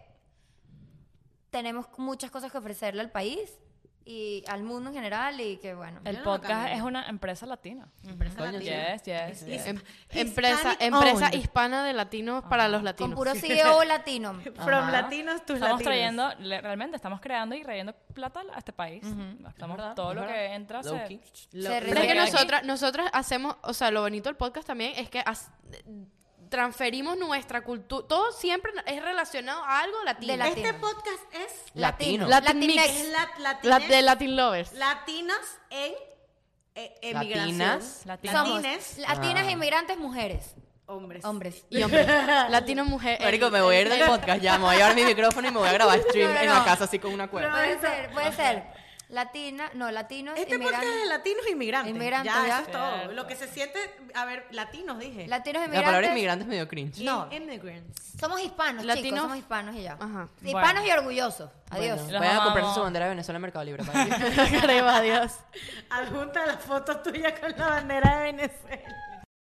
E: tenemos muchas cosas que ofrecerle al país y al mundo en general y que, bueno.
C: El
A: no
C: podcast
A: cambié.
C: es una empresa latina.
A: Empresa
D: Coño,
A: latina.
C: Yes, yes. yes.
B: Em-
A: Hispanic
B: empresa empresa
A: owned.
B: hispana de latinos para los latinos.
E: Con puro CEO latino.
A: From latinos, tus
C: Estamos
A: latinos.
C: trayendo, le- realmente estamos creando y trayendo plata a este país. Estamos,
D: verdad,
C: todo
D: es
C: lo
D: verdad.
C: que entra se-
D: Low-key.
A: Lo-
B: Pero
E: Se ríe.
B: es que
C: Porque aquí-
B: nosotras, nosotras hacemos, o sea, lo bonito del podcast también es que as- transferimos nuestra cultura. Todo siempre es relacionado a algo latino.
E: De la-
A: Este
E: Latino.
A: podcast es...
D: Latino.
B: Latin
E: Latinx.
B: mix.
A: Es la,
B: La-
A: latines,
B: de Latin Lovers.
A: latinas en eh, emigración.
D: Latinas.
C: Latinas.
E: Somos
A: Latines.
E: latinas e
D: Ah.
E: inmigrantes mujeres.
A: Hombres.
E: Hombres.
B: y hombres. Latino mujer.
D: Marico, me voy a ir del podcast ya, me voy a llevar mi micrófono y me voy a grabar stream
E: No, no,
D: en
E: no.
D: la casa así con una cuerda.
E: Puede ser, puede ser. Latina, no, latinos
A: Este podcast
E: inmigrantes.
A: es de latinos e inmigrantes.
E: Inmigrantes,
A: ya,
E: ya.
A: eso es todo. Lo que se siente, a ver, latinos dije.
E: Latinos
D: La palabra
E: inmigrantes.
D: inmigrante es medio cringe.
E: No.
A: Immigrants.
E: Somos hispanos, chicos,
B: Latinos.
E: somos hispanos y ya.
B: Ajá.
E: Hispanos y orgullosos. Adiós.
D: Bueno,
C: Los
D: vayan a comprarse
C: amamos.
D: su bandera de Venezuela en Mercado Libre. para que-
B: Creo, adiós.
A: Adjunta las fotos tuyas con la bandera de Venezuela.